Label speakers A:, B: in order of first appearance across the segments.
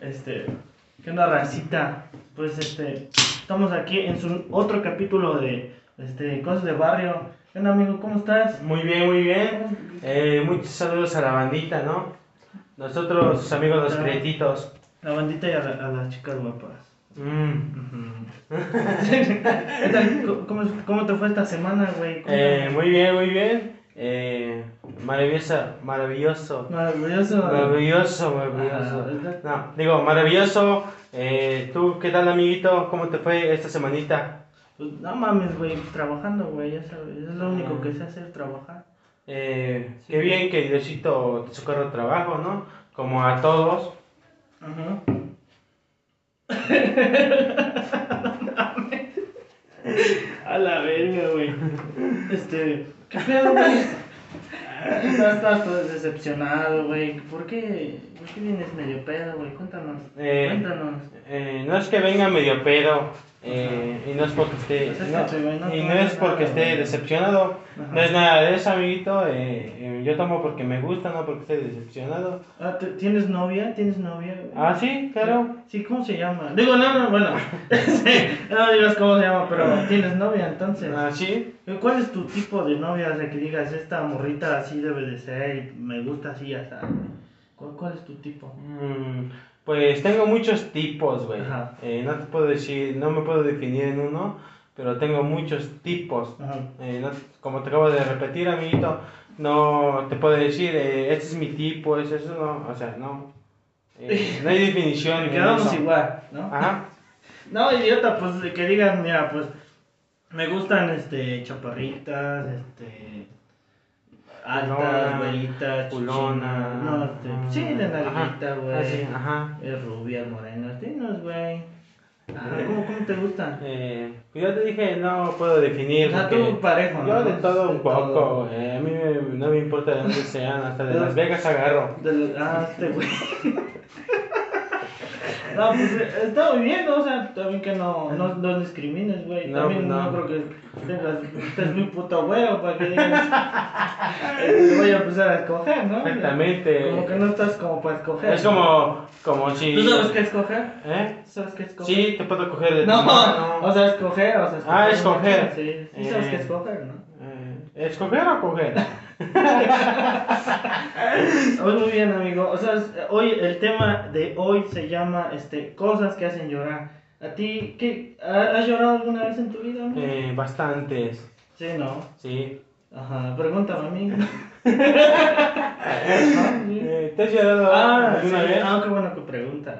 A: Este, ¿Qué onda, racita? Pues este, estamos aquí en su otro capítulo de este, Cosas de Barrio. ¿Qué onda, amigo? ¿Cómo estás?
B: Muy bien, muy bien. Eh, muchos saludos a la bandita, ¿no? Nosotros, sus amigos los
A: Claro.
B: prietitos.
A: La bandita y a, la- a las chicas guapas.
B: Mm.
A: ¿Qué tal? ¿Cómo- ¿Cómo, cómo te fue esta semana, güey?
B: Eh, muy bien, muy bien. Eh, maravillosa, maravilloso.
A: Maravilloso.
B: Maravilloso,
A: Ah,
B: maravilloso.
A: ¿verdad?
B: No, digo, maravilloso. Eh, ¿Tú qué tal, amiguito? ¿Cómo te fue esta semanita?
A: Pues, no mames, güey, trabajando, güey, ya sabes. Es lo único
B: Ah.
A: que sé hacer, trabajar.
B: Eh, qué bien que Diosito te socorra el trabajo, ¿no? Como a todos.
A: Ajá. A la verga, güey. Este. ¿Qué pedo, güey? Ah, Estás, estás todo decepcionado, güey. ¿Por qué, ¿Por qué vienes medio pedo, güey? Cuéntanos.
B: Eh,
A: Cuéntanos.
B: Eh, no es que venga medio pedo eh, y no es porque esté
A: Pues es
B: no,
A: que te ven, no
B: y no
A: tomas
B: es porque
A: nada,
B: esté
A: güey.
B: decepcionado
A: Ajá.
B: no es nada de eso amiguito eh, eh, yo tomo porque me gusta no porque esté decepcionado
A: Ah, ¿t- ¿Tienes novia? ¿Tienes novia? güey?
B: ah sí claro
A: Sí, ¿cómo se llama? Digo, no, no, bueno. Sí, no digas cómo se llama, pero tienes novia entonces.
B: ah sí
A: Eh, ¿Cuál es tu tipo de novia? O sea, que digas, esta morrita así debe de ser, y me gusta así, hasta. ¿Cuál, cuál es tu tipo?
B: Mm, pues tengo muchos tipos güey
A: Ajá.
B: Eh, no te puedo decir no me puedo definir en uno pero tengo muchos tipos
A: Ajá.
B: Eh, no- como te acabo de repetir amiguito no te puedo decir eh, este es mi tipo es eso no o sea no Eh, no hay definición
A: Me
B: en
A: quedamos
B: eso.
A: igual, ¿no?
B: Ajá.
A: No, idiota, pues que digas, mira, pues me gustan este chaparritas, este altas,
B: Culona,
A: güeritas,
B: Culona.
A: chichinas, No, este, sí, de
B: Ah, Ajá.
A: nalguita,
B: Ah, sí,
A: güey.
B: ajá.
A: Es rubia, morena, tienes, güey. Ah, ¿Cómo, ¿Cómo te gustan?
B: Eh, pues yo te dije, no puedo definir.
A: O sea,
B: porque
A: tú parejo,
B: Yo
A: ¿no?
B: de todo
A: De
B: un
A: todo.
B: poco. eh, a mí me- no me importa de dónde sean, hasta de Las Vegas agarro.
A: Del- ah, este güey. No, pues eh, está muy bien, ¿no? O sea, también que no, no, no discrimines, güey.
B: No, pues,
A: también no.
B: no.
A: creo que tengas, estés muy puto güero para que digas, eh, te voy a empezar a escoger, ¿no?
B: Exactamente.
A: Como que no estás como para escoger.
B: Es como, como si.
A: ¿Tú sabes qué escoger?
B: ¿Eh?
A: ¿Tú ¿Sabes qué escoger?
B: Sí, te puedo coger de tu
A: No,
B: mano.
A: o sea, escoger, o sea, escoger.
B: Ah, escoger.
A: Sí, sí sabes
B: Eh.
A: qué escoger, ¿no?
B: Eh, ¿Escoger o coger?
A: Pues muy bien, amigo. O sea, es- hoy el tema de hoy se llama este, cosas que hacen llorar. ¿A ti qué? ha- ¿Has llorado alguna vez en tu vida? amigo?
B: Eh, bastantes.
A: Sí, no.
B: Sí.
A: Ajá, pregúntame a mí.
B: Eh, ¿Te has llorado
A: ah, sí.
B: alguna vez?
A: ah, qué bueno que preguntas.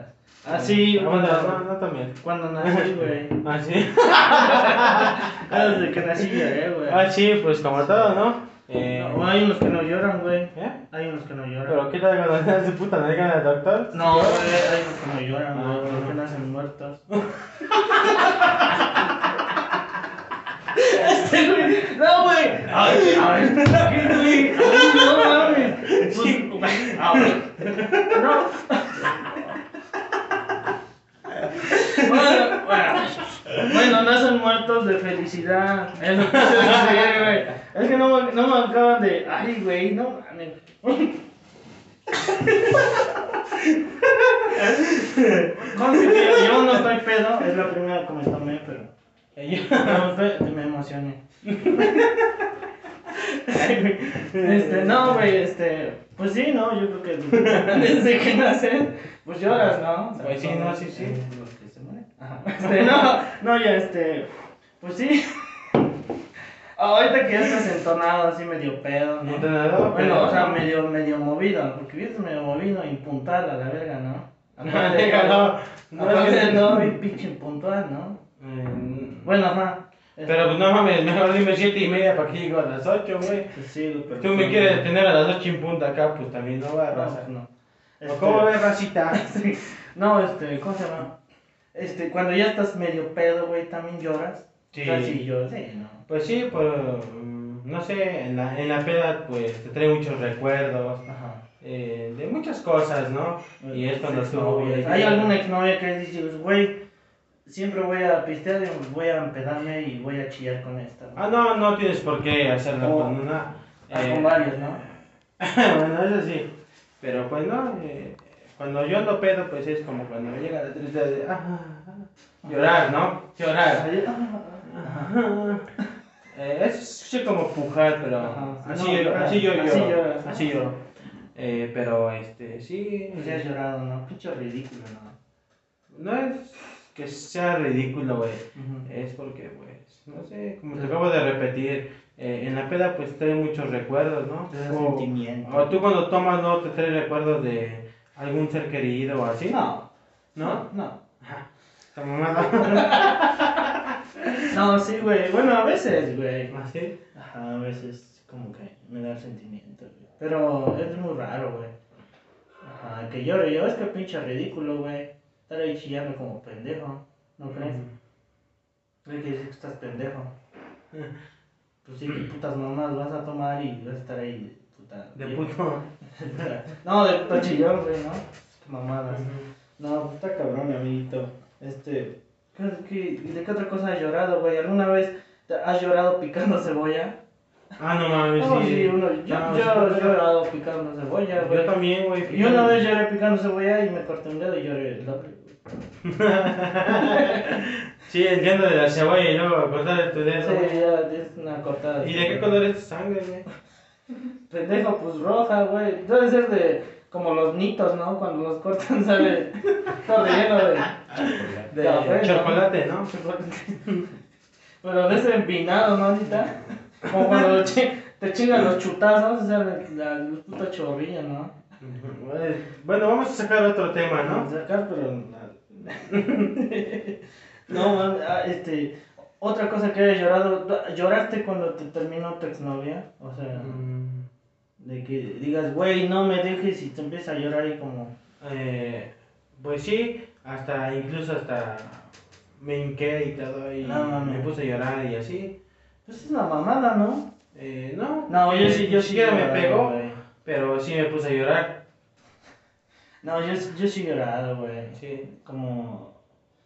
A: Ah, sí,
B: Ah, bueno, no,
A: cuando,
B: no también.
A: cuando nací, güey.
B: Ah, sí.
A: Ah, desde que nací lloré, güey.
B: Ah, sí, pues como todo, ¿no? Eh,
A: No, hay unos que no lloran, güey.
B: ¿eh?
A: Hay unos que no lloran.
B: ¿Pero qué tal cuando te das de puta nalga al doctor?
A: No, güey, hay unos que no lloran,
B: Ah.
A: güey. Los que nacen muertos. No, Este, güey. A ver, a ver. güey. No mames. Pues, güey, a ver. No. Bueno, bueno. Bueno, nacen muertos de felicidad. Es lo que se dice, güey. Es que no, me- no me acaban de. Ay, güey, no mames. Conste que yo no estoy pedo, es la primera que me tomé, pero. No, fue- me emocioné. este, no, güey, este, pues sí, no, yo creo que desde que naces, pues lloras, ¿no?
B: Pues sí, no, sí, sí.
A: Eh, los que se mueren. Ajá. Este, no, no, ya, este, pues sí. Ahorita que ya estás entonado, así medio pedo, ¿no?
B: ¿Entrenador?
A: Bueno, o sea, medio, medio movido, porque vienes medio movido y puntal a la verga, ¿no?
B: No, diga, no. No, es
A: Aparte,
B: que-
A: no, y pinche puntual, ¿no?
B: Eh,
A: Bueno, ajá. Este,
B: Pero pues no mames, mejor dime siete y media para que llego a las 8, güey.
A: Pues sí, lo
B: Tú
A: perfecto.
B: me quieres tener a las 8 en punta acá, pues también no va a
A: No,
B: arrasar.
A: pues no.
B: ¿O
A: Este,
B: ¿Cómo ves, racita?
A: sí. No, este, ¿cómo se llama? Este, cuando ya estás medio pedo, güey, también lloras.
B: Sí.
A: O sea, sí, lloras, sí, no.
B: Pues sí, pero mm, no sé, en la, en la peda pues te trae muchos recuerdos
A: Ajá.
B: eh, de muchas cosas, ¿no? Y es cuando tú...
A: Exnovias. ¿Hay alguna exnovia que dices, güey, siempre voy a pistear y voy a empedarme y voy a chillar con esta? ¿no?
B: Ah, no, no tienes por qué hacerlo
A: No.
B: con una...
A: Oh. Ah,
B: eh,
A: con varios, ¿no?
B: bueno, eso sí. Pero pues no, eh, Cuando yo ando pedo, pues es como cuando me llega la tristeza de. ah, ah, ah, llorar, ¿no? Llorar.
A: Ayer- ah,
B: Eh, es sí como pujar, pero
A: Ajá. Ah,
B: así,
A: No,
B: yo-
A: llorar.
B: así yo lloro.
A: Así lloras, ¿no?
B: así lloro. Eh, pero este, sí.
A: ah. Ya has llorado, ¿no? Pinche ridículo, ¿no?
B: No es que sea ridículo, güey.
A: Ujú.
B: Es porque, pues, no sé, como te acabo de repetir, eh, en la peda pues trae muchos recuerdos, ¿no?
A: Te da
B: O,
A: sentimiento.
B: o tú cuando tomas no te trae recuerdos de algún ser querido o así.
A: Eh, No,
B: ¿No?
A: no.
B: Esta mamada.
A: No, sí, güey. Bueno, a veces, güey.
B: ¿Así?
A: Ajá, a veces como que me da el sentimiento, güey. Pero es muy raro, güey. Ajá, que llore. Ya ves que pinche ridículo, güey. Estar ahí chillando como pendejo. ¿No crees? Güey, que dices que estás pendejo. Pues sí, qué putas mamás vas a tomar y vas a estar ahí de puta.
B: De puto.
A: no, de puta chillón, güey, ¿no? Qué mamadas. No, puta cabrón, mi amiguito. Este. ¿qué- qué- ¿De qué otra cosa has llorado, güey? ¿Alguna vez te has llorado picando cebolla?
B: Ah, no mames,
A: No,
B: sí.
A: sí, uno, yo,
B: No,
A: yo
B: sí.
A: he llorado picando cebolla,
B: Yo
A: güey.
B: también, güey.
A: Yo una vez lloré picando cebolla y me corté un dedo y lloré el doble, güey.
B: Sí, entiendo de la cebolla y luego cortar tu dedo.
A: Sí, ya es una cortada.
B: ¿Y de qué color es tu sangre, güey?
A: Pendejo, pues roja, güey. Debe ser de como los nitos, ¿no? Cuando los cortan sale todo relleno de, de café, ¿no?
B: chocolate, ¿no?
A: Chocolate. Pero de ese empinado, ¿no, Anita? Como cuando che- te chingan los chutazos, o sea, la, la puta chorrilla, ¿no?
B: Bueno, vamos a sacar otro tema, ¿no?
A: Sacar, pero... No, man, ah, este... Otra cosa que he llorado, ¿lloraste cuando te terminó tu exnovia? O sea...
B: Mm,
A: De que digas, güey, no me dejes y te empieza a llorar y como...
B: eh, pues sí, hasta incluso hasta me hinqué y todo y
A: No, no, no.
B: me puse a llorar y así.
A: Pues es una mamada, ¿no?
B: Eh, no,
A: No, yo
B: eh,
A: sí,
B: ni
A: yo sí.
B: siquiera me
A: lloraba,
B: pegó,
A: güey.
B: pero sí me puse a llorar.
A: No, yo, yo sí he llorado, güey.
B: Sí.
A: Como...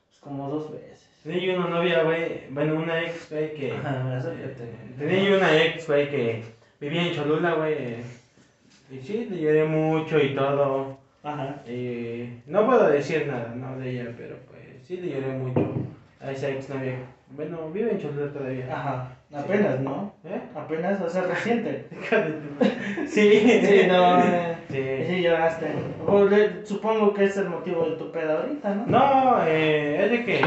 A: pues como dos veces.
B: Tenía yo una novia, güey, bueno, una ex, güey, que...
A: Ajá, acércate.
B: eh, tenía yo una ex, güey, que vivía en Cholula, güey. eh, y sí, le lloré mucho y todo.
A: Ajá.
B: Eh, no puedo decir nada, no de ella, pero pues sí le lloré mucho a esa ex novia. Bueno, vive en Cholula todavía.
A: Ajá. Apenas, ¿no?
B: ¿Eh?
A: Apenas, o sea, reciente.
B: sí,
A: Sí, no. eh,
B: Sí.
A: Sí lloraste. O le- Supongo que es el motivo de tu peda ahorita, ¿no?
B: No, eh, es de que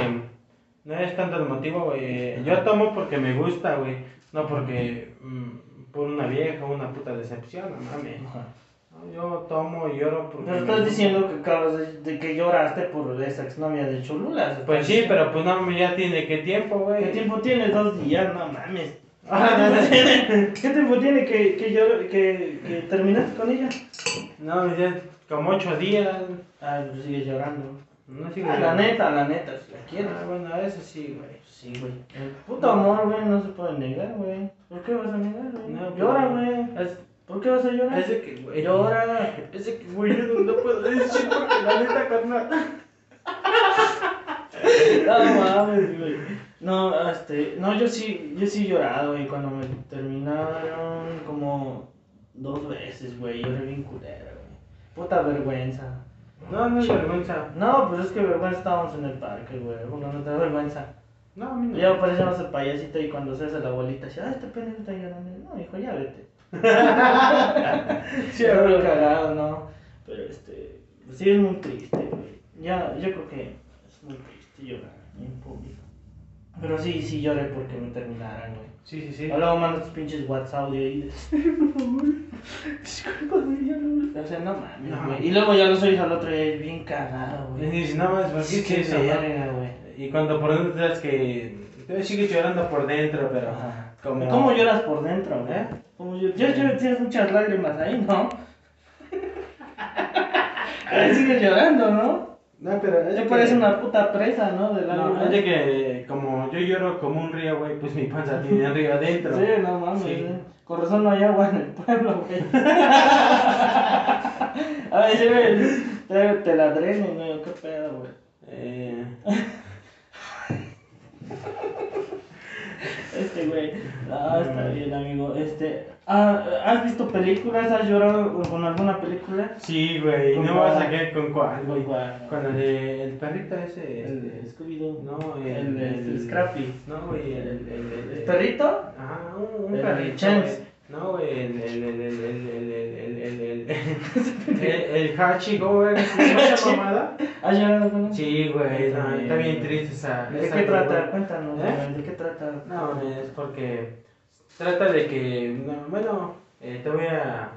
B: no es tanto el motivo, güey. Yo tomo porque me gusta, güey. No porque mm, por una vieja, una puta decepción, no mames.
A: Ajá.
B: No, Yo tomo y lloro porque.
A: Pero
B: me
A: estás
B: gusta.
A: diciendo que acabas de, de que lloraste por esa exnovia de Cholula.
B: Pues sí, pero pues no, ya tiene qué tiempo, güey.
A: ¿Qué tiempo tiene? Dos días, no mames.
B: Ah, no, no,
A: ¿Qué tiempo tiene que, que, yo, que, que terminaste con ella?
B: No, ya como ocho días.
A: Ah, pues sigue llorando.
B: No sigo
A: Ah, la
B: llorando.
A: neta, la neta, si la quieres.
B: Ah, bueno, eso sí, güey.
A: Sí, güey. El puto amor, güey, no se puede negar, güey. ¿Por qué vas a negar, güey?
B: No,
A: Llora,
B: güey.
A: güey.
B: Es,
A: ¿Por qué vas a llorar?
B: es de que, güey.
A: Llora.
B: Es de que, güey, yo no, no puedo decir porque la neta, carnal.
A: No mames, güey. No, este, no, yo sí, yo sí he llorado, güey, cuando me terminaron como dos veces, güey, lloré bien culero, güey. Puta vergüenza.
B: No, no es vergüenza.
A: No, pues es que vergüenza estábamos en el parque, güey, porque no te da vergüenza.
B: No, a mí no.
A: Y Ya parecíamos el payasito y cuando se hace la abuelita, dice, ah, este pendejo está llorando. No, hijo, ya vete.
B: Sí,
A: Ya
B: güey.
A: lo cagado, ¿no? Pero este, sí es muy triste, güey. Ya, yo creo que es muy triste llorar en público. Pero sí, sí lloré porque me terminaran, güey.
B: Sí, sí, sí.
A: O luego mando tus pinches WhatsApp de ahí. Por favor, discúlpame, ya no. O sea, no mames,
B: No.
A: güey. Y luego ya lo soy al otro día bien cagado,
B: Y
A: güey.
B: dices, no más, ¿por qué
A: Sí,
B: hice
A: qué
B: eso, no?
A: verga, güey.
B: Y cuando por dentro te das que. Te sigues llorando por dentro, pero.
A: Ajá.
B: Como...
A: ¿Cómo lloras por dentro, güey?
B: ¿Eh?
A: ¿Cómo lloras? Yo, yo tienes muchas lágrimas ahí, ¿no? Ahí sigues llorando, ¿no?
B: No, pero. es
A: Yo
B: que-
A: parece una puta presa, ¿no? De
B: No,
A: lágrimas.
B: es de que como yo lloro como un río, güey, pues mi panza tiene río adentro.
A: Sí, no mames.
B: Sí.
A: eh. Con razón no hay agua en el pueblo, güey. A ver, sí, güey, te, te la drenen, güey. Qué pedo, güey.
B: Eh,
A: Es este güey. Ah, está bien, amigo. Este, ah, ¿has visto películas? ¿Has llorado con alguna película?
B: Sí, güey,
A: Con
B: no vas
A: cuál.
B: a quedar con cuál, güey.
A: Con cuál.
B: Con el de- el perrito ese.
A: El
B: este,
A: Scooby-Doo.
B: No, el.
A: El, este, Scrappy.
B: No, güey, el. el- el- el-
A: ¿El perrito?
B: Ajá, Ah, un, un
A: El
B: perrito.
A: Chance.
B: güey. No, güey, el. El. El. El. El. El. El. El. El. El. El. El. Hachi, ¿cómo era? ¿Cómo se llama esa mamada?
A: ¿Has llorado con él?
B: Sí, güey, no, está bien triste esa.
A: Ah, ¿De
B: esa
A: qué trata?
B: película.
A: Cuéntanos,
B: ¿Eh?
A: güey, ¿de qué trata?
B: No, es porque trata de que, no, bueno, eh, te voy a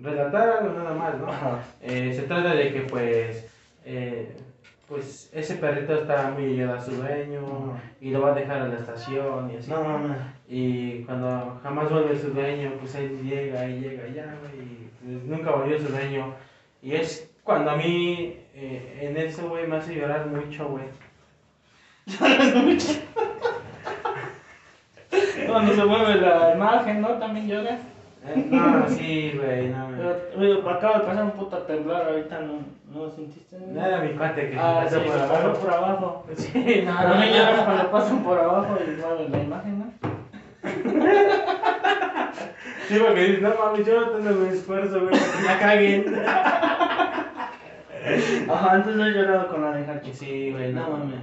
B: relatar algo nada más, ¿no?
A: Ajá.
B: Eh, se trata de que pues, eh, pues ese perrito está muy ligado a su dueño
A: Ajá.
B: y lo va a dejar a la estación y así.
A: No, mames.
B: Y cuando jamás vuelve su dueño, pues él llega y llega ya, güey, y pues, nunca volvió su dueño. Y es cuando a mí, eh, en eso, güey, me hace llorar mucho, güey.
A: Cuando se mueve la imagen, ¿no? También lloras.
B: Eh, No, sí, güey, no, me-
A: Pero, oye, me acaba de pasar un puta temblar, ahorita no, no sentiste
B: No era mi cuate que
A: Ah,
B: pasó
A: sí,
B: por
A: por
B: abajo.
A: por abajo. Ah,
B: Sí, no,
A: Pero
B: no,
A: no lloras
B: no.
A: cuando pasan por abajo y mueven la imagen, ¿no?
B: Sí, porque dices, no mames, yo no tengo mi esfuerzo, güey, para que la caguen.
A: Ajá, antes no he llorado con la de Hachi.
B: Sí, güey,
A: No
B: no
A: mames.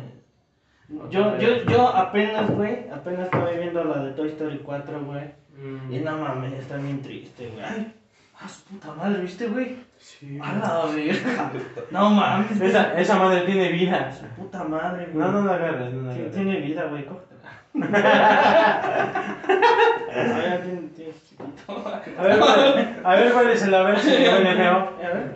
B: mames.
A: Yo, yo, yo apenas, güey, apenas estaba viendo la de Toy Story 4, güey. Y
B: Mm,
A: no mames, está bien triste, güey. Ay, ah, su puta madre, ¿viste, güey?
B: Sí.
A: A la verga. No mames.
B: Esa, esa madre tiene vida.
A: Puta madre, güey.
B: No, no la agarres, no la
A: Tiene,
B: agarres.
A: tiene vida, güey, cógetela. Ah, ya tiene, tiene chiquito.
B: A ver, güey, a ver, páresela, a ver si le huele feo.
A: A ver.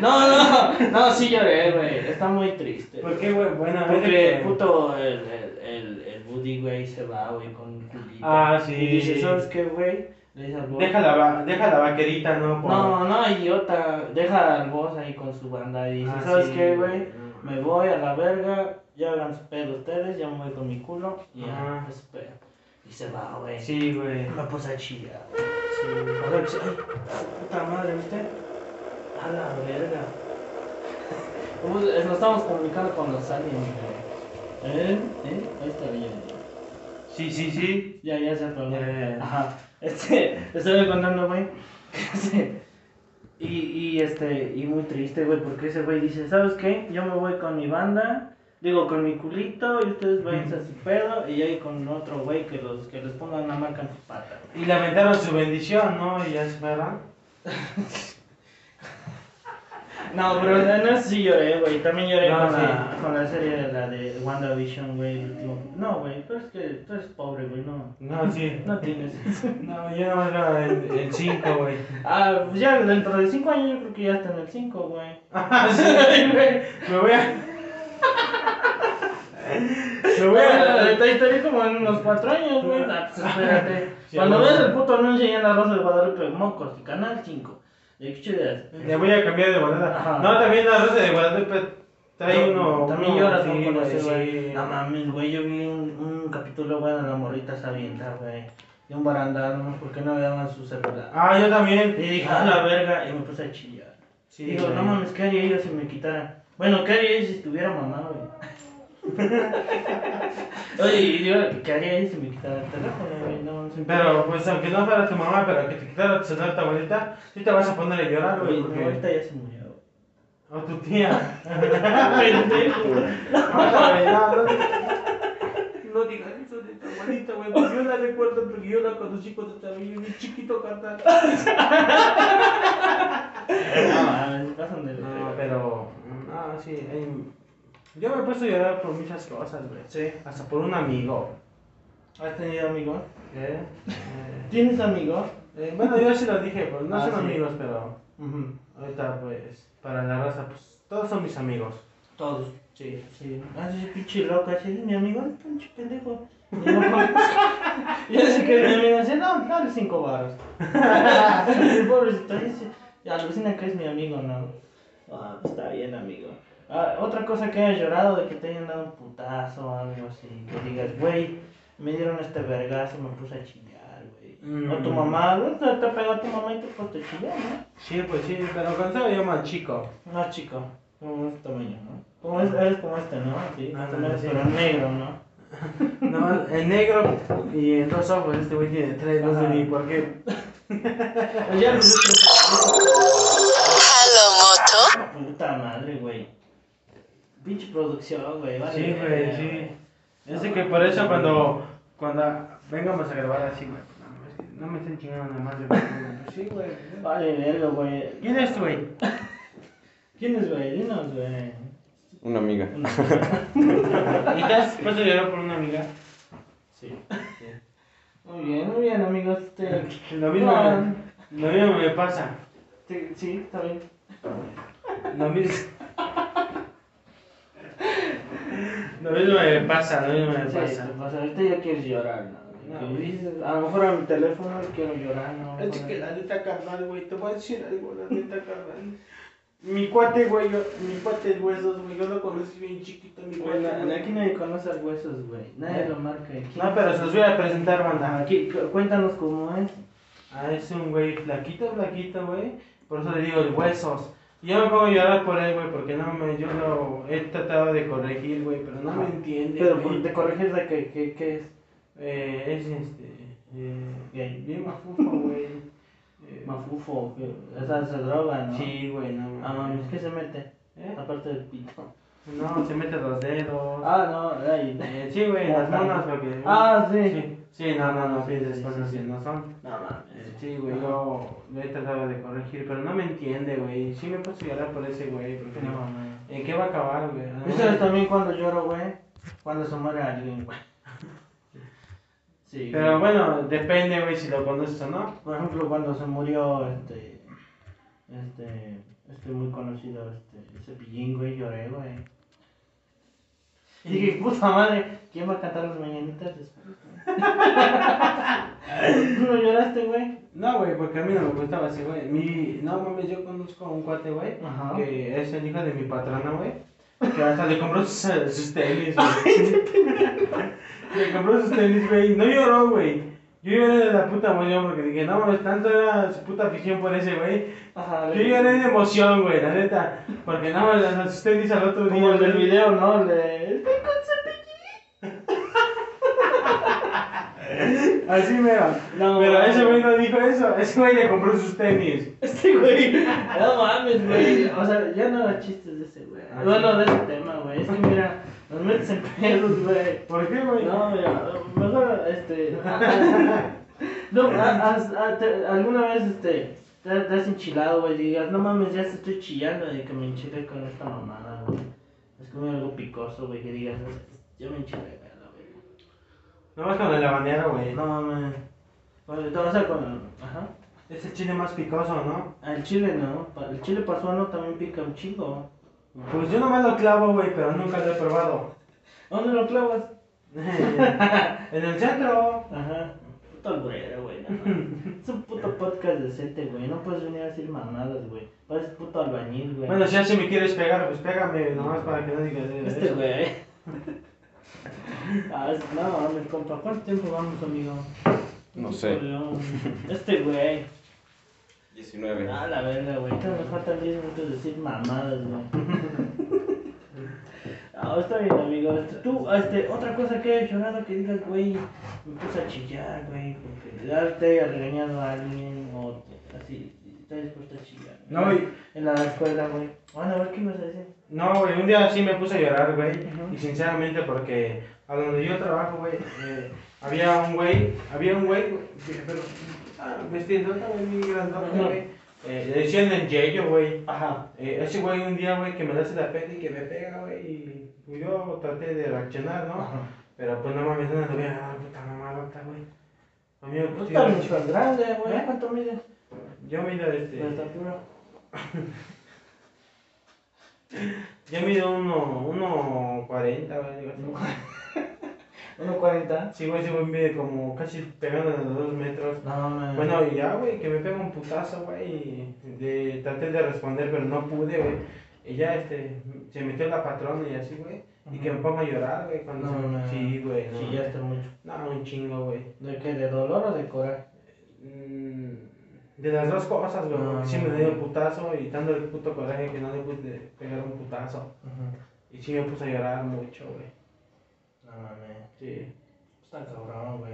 A: no, no, no, sí lloré, güey. Está muy triste.
B: ¿Por qué, güey? Bueno, a ver. eh,
A: Porque
B: que-
A: puto el, el, el, el Woody, güey, se va, güey, con un culito.
B: Ah, sí.
A: Y dice, ¿sabes qué, güey? Le dice al boss.
B: Deja la, va- deja la vaquerita, ¿no? Por-
A: No, no, idiota. Deja al boss ahí con su banda y dice,
B: Ah,
A: ¿sabes
B: sí.
A: qué, güey? Me voy a la verga, ya hagan su pedo ustedes, ya me voy con mi culo. Y ya,
B: Ajá.
A: pues, pedo. Y se va, güey.
B: Sí, güey.
A: Me puse a chillar, güey. O sea, pues, ay, puta madre, ¿viste? A la verga. Pues, eh, Nos estamos comunicando con los aliens, güey. ¿Eh? ¿Eh? Ahí está bien.
B: Sí, sí, sí.
A: Ya, ya se apagó.
B: Ya, ya, ya.
A: Ajá. Este, te estaba contando, güey. que ese- y, y este, y muy triste, güey, porque ese güey dice, ¿sabes qué? Yo me voy con mi banda, digo, con mi culito, y ustedes vayan a su pedo, y ahí con otro güey que los, que les pongan una marca en su pata.
B: Y lamentaron su bendición, ¿no? Y ya se fueron.
A: No, pero no, no sí lloré, güey. También lloré
B: No,
A: con,
B: sí.
A: la, con la serie de la de WandaVision, güey. el último- No, güey, pero es que tú eres pobre, güey, no.
B: No, sí.
A: No tienes eso.
B: No, yo no veo el- el 5, güey.
A: Ah, pues ya dentro de 5 años yo creo que ya está en el 5, güey.
B: Ah, sí, güey. Me voy a. Me voy
A: Bueno, de
B: a.
A: Toy Story como en unos 4 años, güey. Ah, pues espérate.
B: Sí,
A: Cuando
B: no.
A: ves el puto anuncio ya en la Rosa de Guadalupe, Mocos, y Canal 5. De qué chidas.
B: Le voy a cambiar de
A: Ajá.
B: bandera. No, también la rosa de Guadalupe trae uno.
A: También
B: uno,
A: lloras
B: sí,
A: ¿no? con ese,
B: sí.
A: güey. No mames, güey. Yo vi un, un capítulo, güey, de la morrita sabienta, güey. De un barandal, no sé por qué no daban su celular.
B: Ah, yo
A: Y
B: también.
A: dije, "Ah, a la verga, y me puse a chillar.
B: Sí,
A: Digo,
B: güey.
A: no mames, ¿qué haría yo si me quitara? Bueno, ¿qué haría yo si estuviera mamá, güey? Oye, y yo, ¿qué haría yo si me quitara el teléfono, güey? No, mames,
B: Pero pues aunque no fuera tu mamá, pero que te quitara tu celular tu abuelita, sí te vas a poner a llorar,
A: Oye,
B: güey,
A: no,
B: porque...
A: ahorita ya se murió.
B: O tu tía.
A: Pendejo.
B: No, no, no.
C: No digas eso de tu abuelita, güey. porque Yo la recuerdo porque yo la conocí cuando estaba yo bien chiquito cantando.
A: No, mames, se pasan de
B: No,
A: verga.
B: pero... No, sí, hay- Yo me he puesto a llorar por muchas cosas, güey.
A: Sí.
B: Hasta por un amigo.
A: ¿Has tenido amigos?
B: ¿eh?
A: ¿Tienes amigos?
B: Eh, eh, bueno, yo sí lo dije, pues no
A: Ah,
B: son
A: sí.
B: amigos, pero... Ahorita, pues, para la raza, pues, todos son mis amigos.
A: Todos.
B: Sí.
A: Sí. Ah, ese pinche loco, así es mi amigo, es pinche pendejo. Y no, yo sé que mi amigo dice, no, dale cinco baros. Y el pobrecito dice, alucina que es mi amigo, no. Ah, pues está bien, amigo. Ah, otra cosa que hayas llorado de que te hayan dado un putazo o algo así, que digas, güey, me dieron este vergazo, me puse a chingar, güey.
B: Mm.
A: O tu mamá, güey, te te pegó tu mamá y te puso a chingar, ¿no?
B: Sí, pues sí, pero cuando estaba yo más chico.
A: Más chico, como este tamaño, ¿no? Como es, eres como este, ¿no? Sí,
B: Ah,
A: más o menos,
B: sí.
A: pero negro, ¿no?
B: No, en negro y en dos ojos, este güey tiene tres, no sé
A: Ajá.
B: ni por qué.
A: Pues Ya nos
D: Hello, Moto.
A: Ah, Puta madre, güey. Pinche producción, güey. Vale,
B: Sí, güey,
A: verga,
B: sí. Yo sé que por eso cuando, cuando vengamos a grabar así, güey, no me estén chingando nada más de Pues sí, güey.
A: Vale, verga, güey.
B: ¿Quién es, güey?
A: ¿Quién es, güey? Dinos, güey.
E: Una amiga.
A: Una-
B: ¿Y te has puesto a llorar por una amiga?
A: Sí. Muy bien, muy bien, amigos. Este...
B: Lo mismo,
A: No.
B: lo mismo me pasa.
A: este- Sí, está bien.
B: Lo mismo. Lo mismo me pasa, lo mismo me
A: Sí,
B: pasa.
A: te pasa. Ahorita ya quieres llorar, ¿no?
B: No,
A: Que
B: güey.
A: dices, a lo mejor a mi teléfono quiero llorar, ¿no?
C: Es que la neta carnal, güey, te voy a decir algo, la neta carnal. Mi cuate, güey, yo, mi cuate de huesos, güey, yo lo conocí bien chiquito, mi cuate.
A: Güey, na-
C: güey.
A: aquí nadie conoce a huesos, güey. Nadie lo marca. aquí.
B: No, pero se los voy a presentar, banda.
A: Aquí, cu- cuéntanos cómo es.
B: Ah, es un güey flaquito, flaquito, güey. Por eso le digo el huesos. Y yo me pongo a llorar por él, güey, porque no me, yo lo he tratado de corregir, güey, pero no me entiende.
A: Pero
B: güey.
A: pues, te corriges de que, que, que es
B: Eh, es este. Eh,
A: Gay.
B: Bien mafufo, güey. Eh,
A: mafufo, que, o sea, se droga, ¿no?
B: Sí, güey, no
A: Ah, mames, ¿qué se mete?
B: ¿Eh?
A: Aparte del pito.
B: No, se mete los dedos.
A: Ah, no, ahí.
B: Eh, sí, güey, las monas, porque.
A: Ah, sí.
B: sí. Sí, no, no, no pienses cosas que no son.
A: No mames.
B: Eh, Sí, güey, yo lo he tratado de corregir, pero no me entiende, güey. Sí me puse a llorar por ese güey, porque
A: No
B: no.
A: mames.
B: ¿En qué va a acabar, güey? A lo
A: ¿Tú
B: mejor-
A: sabes también cuando lloro, güey? Cuando se muere alguien, güey. Sí.
B: Pero
A: güey.
B: bueno, depende, güey, si lo conoces o no.
A: Por ejemplo, cuando se murió este. Este. Este muy conocido, este. Cepillín, güey, lloré, güey. Y dije, puta madre, ¿quién va a cantar las mañanitas después? güey?" ¿Tú no lloraste, güey?
B: No, güey, porque a mí no me gustaba ese güey. Mi... No mames, yo conozco a un cuate, güey,
A: Ajá.
B: que es el hijo de mi patrona, güey. Que hasta le compró sus, sus tenis, güey. le compró sus tenis, güey. No lloró, güey. Yo lloré de la puta emoción porque dije, no mames, tanto era su puta afición por ese güey.
A: Ajá,
B: Yo
A: le-
B: lloré de emoción, güey, la neta. Porque no mames, hasta sus tenis al otro día.
A: Como el del
B: güey.
A: video, ¿no? El de. Estoy con Cepillín.
B: Así mero.
A: No,
B: Pero
A: mames.
B: ese güey no dijo eso. Ese güey le compró sus tenis.
A: Este güey, no mames, güey. O sea, ya no hago chistes de ese güey.
B: Ah,
A: No,
B: sí.
A: no, de ese tema, güey. Es que mira, nos metes en pedos, güey.
B: ¿Por qué, güey?
A: No, mira, mejor, este. no, a- has- a- te- alguna vez, este, te, te has enchilado, güey. Y digas, no mames, ya estoy chillando de que me enchilé con esta mamada, güey. Es como algo picoso, güey, que digas, yo me enchilé, güey, a la verga.
B: No más con el habanero, güey.
A: No mames. Bueno, te vas a con. Ajá.
B: Es el chile más picoso, ¿no?
A: Al chile, ¿no? Pa- El chile pasuano también pica un chingo.
B: Pues yo nomás lo clavo, güey, pero nunca lo he probado.
A: ¿Dónde lo clavas?
B: en el centro.
A: Ajá. Puto alburero, güey. no mames. es un puto podcast decente, güey. No puedes venir a decir mamadas, güey. Pareces puto albañil, güey.
B: Bueno, si ya si me quieres pegar, pues pégame, nomás para que no digas eh,
A: este
B: eso.
A: güey. ah, es- no, mames, compa. ¿Cuánto tiempo vamos, amigo?
E: No sé.
A: Este güey.
E: 19.
A: Ah, la verga, güey. Todavía me faltan 10 minutos de decir mamadas, güey. Ah, está bien, amigo. Este, Tú, este, otra cosa que he llorado que digas, güey, me puse a chillar, güey, porque ya te haya regañado a alguien o te- así, te hayas puesto a chillar.
B: No, y-
A: En la escuela, güey. Bueno, a ver qué ibas a decir.
B: No, güey, un día sí me puse a llorar, güey.
A: Ujú.
B: Y sinceramente, porque a donde yo trabajo, güey, eh, había un güey, había un güey, güey, pero ah, vestidota, güey, bien grandote,
A: Ujú.
B: güey. Eh, le decían el Yeyo, güey.
A: Ajá.
B: Eh, ese güey un día, güey, que me hace la peli y que me pega, güey, y pues yo traté de reaccionar, ¿no?
A: Ajá.
B: Pero pues no mames, no le voy a ganar, puta mamadota, güey. A mí me
A: Tú
B: gusta
A: también
B: ir-
A: Pues estás grande, güey.
B: ¿Eh?
A: ¿Cuánto mides? Pues
B: Yo mido
A: La
B: este...
A: estatura.
B: Yo mido uno, uno cuarenta, güey. digo, así.
A: 1.40.
B: Sí, güey, ese güey mide como casi pegando a los dos metros.
A: No, me...
B: Bueno, y ya, güey, que me pega un putazo, güey, y de, traté de responder, pero no pude, güey. Y ya, este, se metió la patrona y así, güey. Y que me pongo a llorar, güey, cuando...
A: No,
B: se-
A: no.
B: Sí, güey, no.
A: Chillaste mucho.
B: No, un chingo, güey.
A: ¿De qué? ¿De dolor o de coraje?
B: Mm, De las dos cosas, güey,
A: No,
B: porque sí
A: no,
B: me dio
A: no.
B: un putazo y tanto el puto coraje que no le pude pegar un putazo. Y sí me puse a llorar mucho, güey.
A: No mames.
B: Sí.
A: Está cabrón, güey.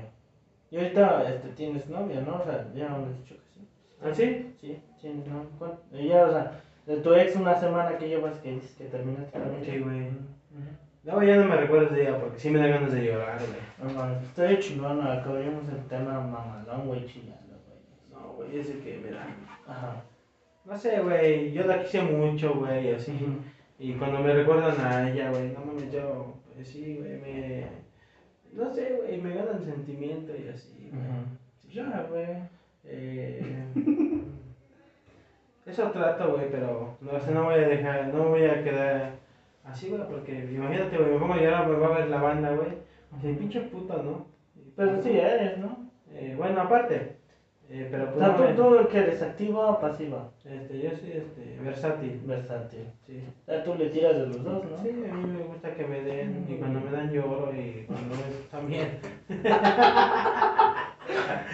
A: Y ahorita este, tienes novia, ¿no? O sea, ya me has dicho que sí.
B: ¿Ah, sí?
A: Sí, tienes novia. ¿Cuál? Y ya, o sea, de tu ex una semana que llevas que dices que terminaste con
B: Sí,
A: ella.
B: güey.
A: Ujú.
B: No, ya no me recuerdo ese día porque sí me da ganas de llorar, güey.
A: No mames, estoy chingón, acabamos el tema mamalón, güey, chillando, güey.
B: No, güey, ese que, mira.
A: Ajá.
B: No sé, güey, yo la quise mucho, güey, así. Y cuando me recuerdan a ella, güey, no mames, yo, pues sí, güey, me. No sé, güey, me ganan sentimiento y así, güey.
A: Ujú. Ya, güey.
B: Eh, eso trato, güey, pero no, o sea, no voy a dejar, no me voy a quedar así, güey, porque imagínate, güey, me pongo a llorar, me va a ver la banda, güey. Así, pinche puto, ¿no? Este,
A: Pero sí eres, ¿no?
B: Eh, bueno, aparte, eh, pero
A: O
B: pues.
A: sea,
B: no me-
A: tú, tú que eres activa o pasiva,
B: Este, yo soy este, versátil,
A: versátil.
B: sí.
A: O sea, tú le tiras de los dos, ¿no? Mm.
B: Sí, a mí me gusta que me den, y cuando me dan lloro, y cuando me también.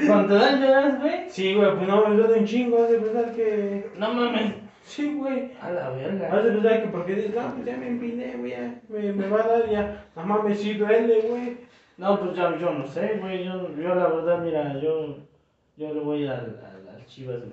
A: Cuando te dan lloras, güey.
B: Sí, güey, pues no, me duele un chingo, hace pensar que...
A: No mames.
B: Sí, güey.
A: A la verga.
B: Hace pensar que porque dices, no, pues ya me empiné, güey, ya, me, me va a dar, ya, no mames, sí duele, güey.
A: No, pues ya, yo no sé, güey. Yo, yo la verdad, mira, yo, yo le voy al, al, al Chivas, güey.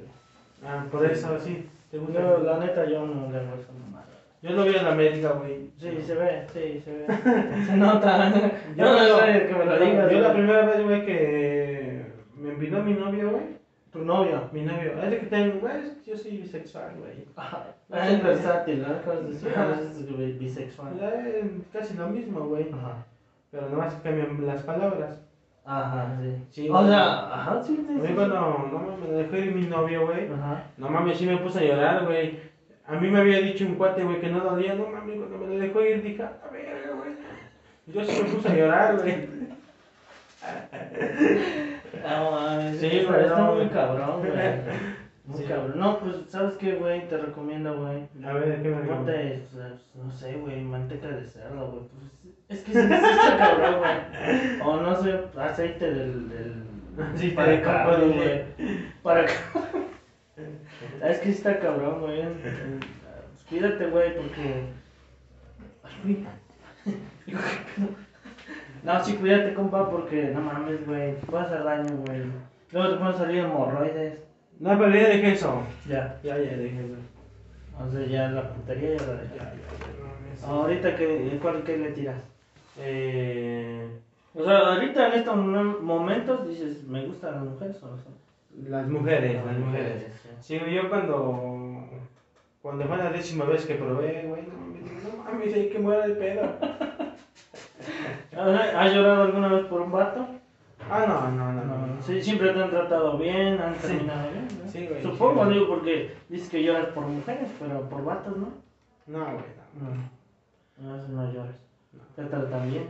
B: Ah, por eso, sí, te gusta.
A: No, la neta, yo no le voy a esa mamada.
B: Yo lo vi en América, güey.
A: Sí, se ve, sí, se ve. Se nota. Yo
B: Yo-
A: no sé que me lo digas.
B: Yo la
A: güey.
B: primera vez, güey, que me empinó mi novio, güey.
A: Tu novio.
B: Mi novio, es que tengo, güey, es que yo soy bisexual, güey.
A: Ah, es versátil, ¿no? Acabas de decir, ah, es bi- bisexual.
B: Ya, eh, Casi lo mismo, güey.
A: Ajá.
B: Pero nomás cambian las palabras.
A: Ajá, sí.
B: Sí,
A: o
B: güey.
A: sea, ajá, sí,
B: A
A: sí.
B: mí
A: sí.
B: cuando no mames, me dejó ir mi novio, güey.
A: Ajá.
B: No mames, sí me puse a llorar, güey. A mí me había dicho un cuate, güey, que no dolía. No mames, cuando me lo dejó ir dije, a ver, güey. Yo sí me puse a llorar, güey.
A: No, mames,
B: Ah, Sí,
A: está-
B: güey,
A: Está
B: no,
A: muy
B: güey.
A: cabrón, güey. Muy
B: Sí.
A: cabrón. No, pues, ¿sabes qué, güey? Te recomiendo, güey.
B: A ver, ¿qué me recomiendas?
A: Ponte, o sea, pues, no sé, güey, manteca de cerdo, güey. Pues, es que sí, sí está cabrón, güey. O no sé, aceite del. del
B: Sí, te
A: para
B: de
A: cabro,
B: coco,
A: güey. Para cabro. Es que sí está cabrón, güey. Eh, Pues, cuídate, güey, porque. Ay, güey. Digo, ¿qué pedo? No, sí, cuídate, compa, porque no mames, güey. Te puede hacer daño, güey. Luego te pueden salir hemorroides.
B: No, pero ya dejé eso.
A: Ya.
B: Ya, ya dejé eso.
A: O sea, ya la putería ya la dejé.
B: Ya, ya, ya, no mames.
A: Ahorita, ¿qué, cuál, ¿qué le tiras?
B: Eh,
A: O sea, ahorita en estos mo- momentos dices, me gustan las mujeres o no son?
B: las mujeres, las mujeres.
A: sí.
B: Sí, güey, yo cuando. Cuando fue la décima vez que probé, güey, no mames, no mames, hay que muera el pedo.
A: Ajá, ¿Has llorado alguna vez por un vato?
B: Ah, no, no, no, no. no.
A: Sí, siempre te han tratado bien, han
B: Sí.
A: terminado bien. ¿no?
B: Sí, güey,
A: Supongo,
B: sí, güey.
A: digo, porque dices que lloras por mujeres, pero por vatos, ¿no?
B: No, güey, no.
A: No, eso no lloras. Te tratan bien.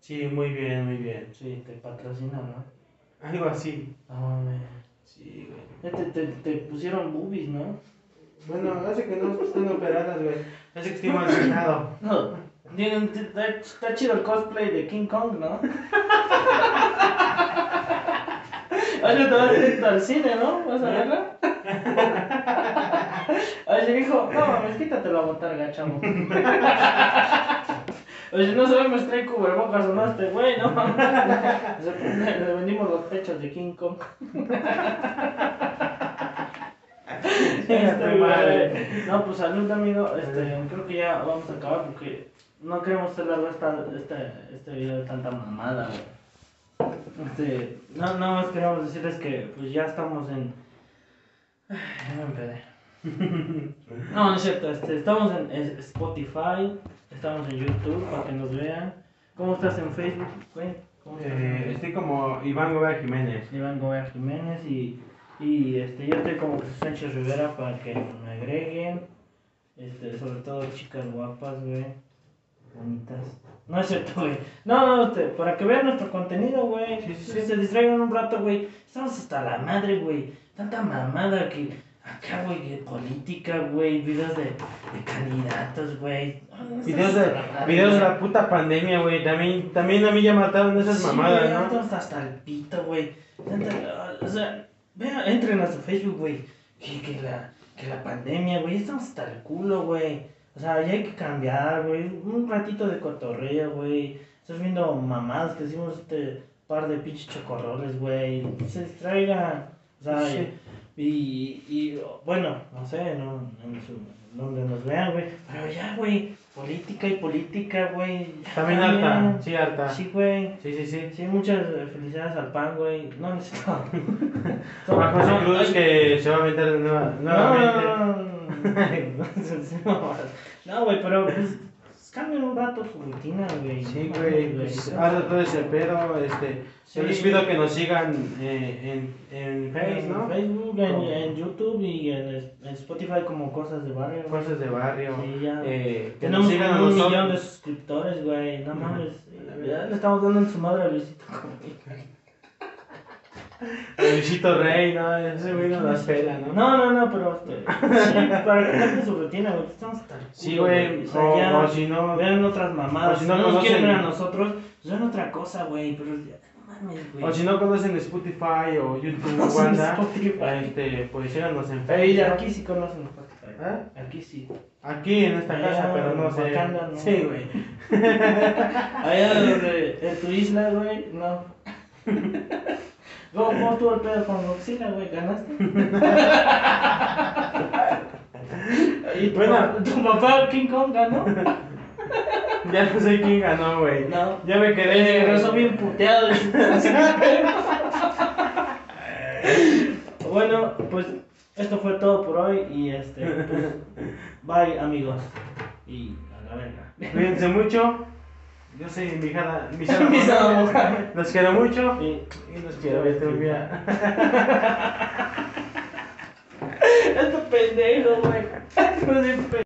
B: Sí, muy bien, muy bien.
A: Sí, te patrocinan, ¿no?
B: Algo así.
A: No mames.
B: Sí, güey.
A: Eh, Te, te, te pusieron boobies, ¿no?
B: Bueno, hace que no estén operadas, güey. Hace que estoy mal sentado.
A: No. Tienen- t- Está está chido el cosplay de King Kong, ¿no? Oye, te vas directo al cine, ¿no? ¿Vas a verla? Oye, hijo, no mames, quítate la botarga, chamo. Oye, no sabemos trae cubrebocas o no este güey, no mames. Se pone- Le vendimos los pechos de King Kong. Este, güey. No, pues salud, amigo. Este, creo que ya vamos a acabar porque no queremos hacer largo esta, este, este video de tanta mamada, güey. Este, no, nada más queríamos decirles que pues ya estamos en. Ay, Ya me empedé. No, no es cierto, este, estamos en es- Spotify, estamos en YouTube para que nos vean. ¿Cómo estás en Facebook, güey? ¿Cómo estás en
B: Eh,
A: Facebook?
B: estoy como Iván Gómez Jiménez.
A: Iván Gómez Jiménez y, y este, yo estoy como Jesús Sánchez Rivera para que me agreguen. Este, sobre todo chicas guapas, güey. Bonitas. No es cierto, güey. No, no, este, para que vean nuestro contenido, güey.
B: Sí, sí,
A: Que
B: sí.
A: Se distraigan un rato, güey. Estamos hasta la madre, güey. Tanta mamada que acá, güey, de política, güey. Videos de, de candidatos, güey. No, no estamos
B: Ah, Videos de,
A: hasta la madre,
B: videos de
A: güey.
B: la puta pandemia, güey. También, también a mí ya mataron esas
A: Sí, güey, ya
B: mamadas, ¿no?
A: estamos hasta el pito, güey. Tanta- O sea, vean, entren a su Facebook, güey. Que, que la, que la pandemia, güey. ya Estamos hasta el culo, güey. O sea, ya hay que cambiar, güey. Un ratito de cotorreo, güey. Estás viendo mamadas que hicimos este par de pinches chocorroles, güey. Se distraigan. O sea,
B: Sí.
A: y, y, bueno, no sé, no, no sé donde nos vean, güey. Pero ya, güey. Política y política, güey. ya
B: También
A: cambian.
B: harta, sí, harta. Sí,
A: Sí, güey.
B: sí, sí.
A: Sí, muchas eh, felicidades al pan, güey. No necesito.
B: A José Cruz
A: Ay,
B: que se va a meter de nueva,
A: No, no,
B: nuevamente.
A: no, no. No, güey, pero pues cambien un rato su rutina, güey.
B: Sí,
A: No
B: güey,
A: mames,
B: pues ahora todo ese pedo, este,
A: Sí.
B: yo les pido que nos sigan eh, en, en Face,
A: En
B: ¿no?
A: Facebook, en,
B: Como-
A: en YouTube y en, es- en Spotify como cosas de barrio. güey.
B: Fuerzas de barrio,
A: Sí, ya.
B: eh, Pues, que
A: Tenemos
B: nos sigan a
A: como un millón de
B: nosotros.
A: suscriptores, güey. No
B: Ajá.
A: mames. Eh, Ya le estamos dando en su madre a Luisito Comunica.
B: a Luisito Rey, no, ese güey no las pela, ¿no?
A: No, no, no, pero este, sí, para que cambie su rutina, güey. Estamos hasta el
B: Sí,
A: culo,
B: güey,
A: O sea,
B: o,
A: ya-
B: o si no,
A: Vean otras mamadas.
B: O si
A: si
B: no
A: no, nos
B: conocen-
A: quieren ver a nosotros, pues vean otra cosa, güey. Pero ya, no mames, güey.
B: o si no conocen Spotify o YouTube
A: No
B: o
A: conocen
B: Wanda,
A: Spotify.
B: este, pues síganos en
A: Pero mira,
B: Facebook,
A: aquí sí conocen Spotify.
B: ¿Ah?
A: Aquí sí.
B: aquí en esta
A: Allá
B: casa, pero no
A: en
B: sé.
A: Wakanda, ¿no?
B: Sí, güey.
A: Allá donde, en tu isla, güey, no. ¿Cómo, cómo estuvo el pedo con Godzilla, güey? ¿Ganaste? ¿Y tu,
B: Bueno.
A: pa- tu papá King Kong ganó?
B: Ya no sé quién ganó, güey.
A: No.
B: Ya me
A: Que
B: quedé.
A: regresó bien puteado. bueno, pues esto fue todo por hoy y este, pues, bye amigos. Y a la verga.
B: Cuídense mucho. Yo soy mi hija, mi hija-
A: Mis abogados.
B: Los quiero mucho.
A: Y-
B: Y los quiero ver día.
A: Este pendejo, güey. Hijo de pe-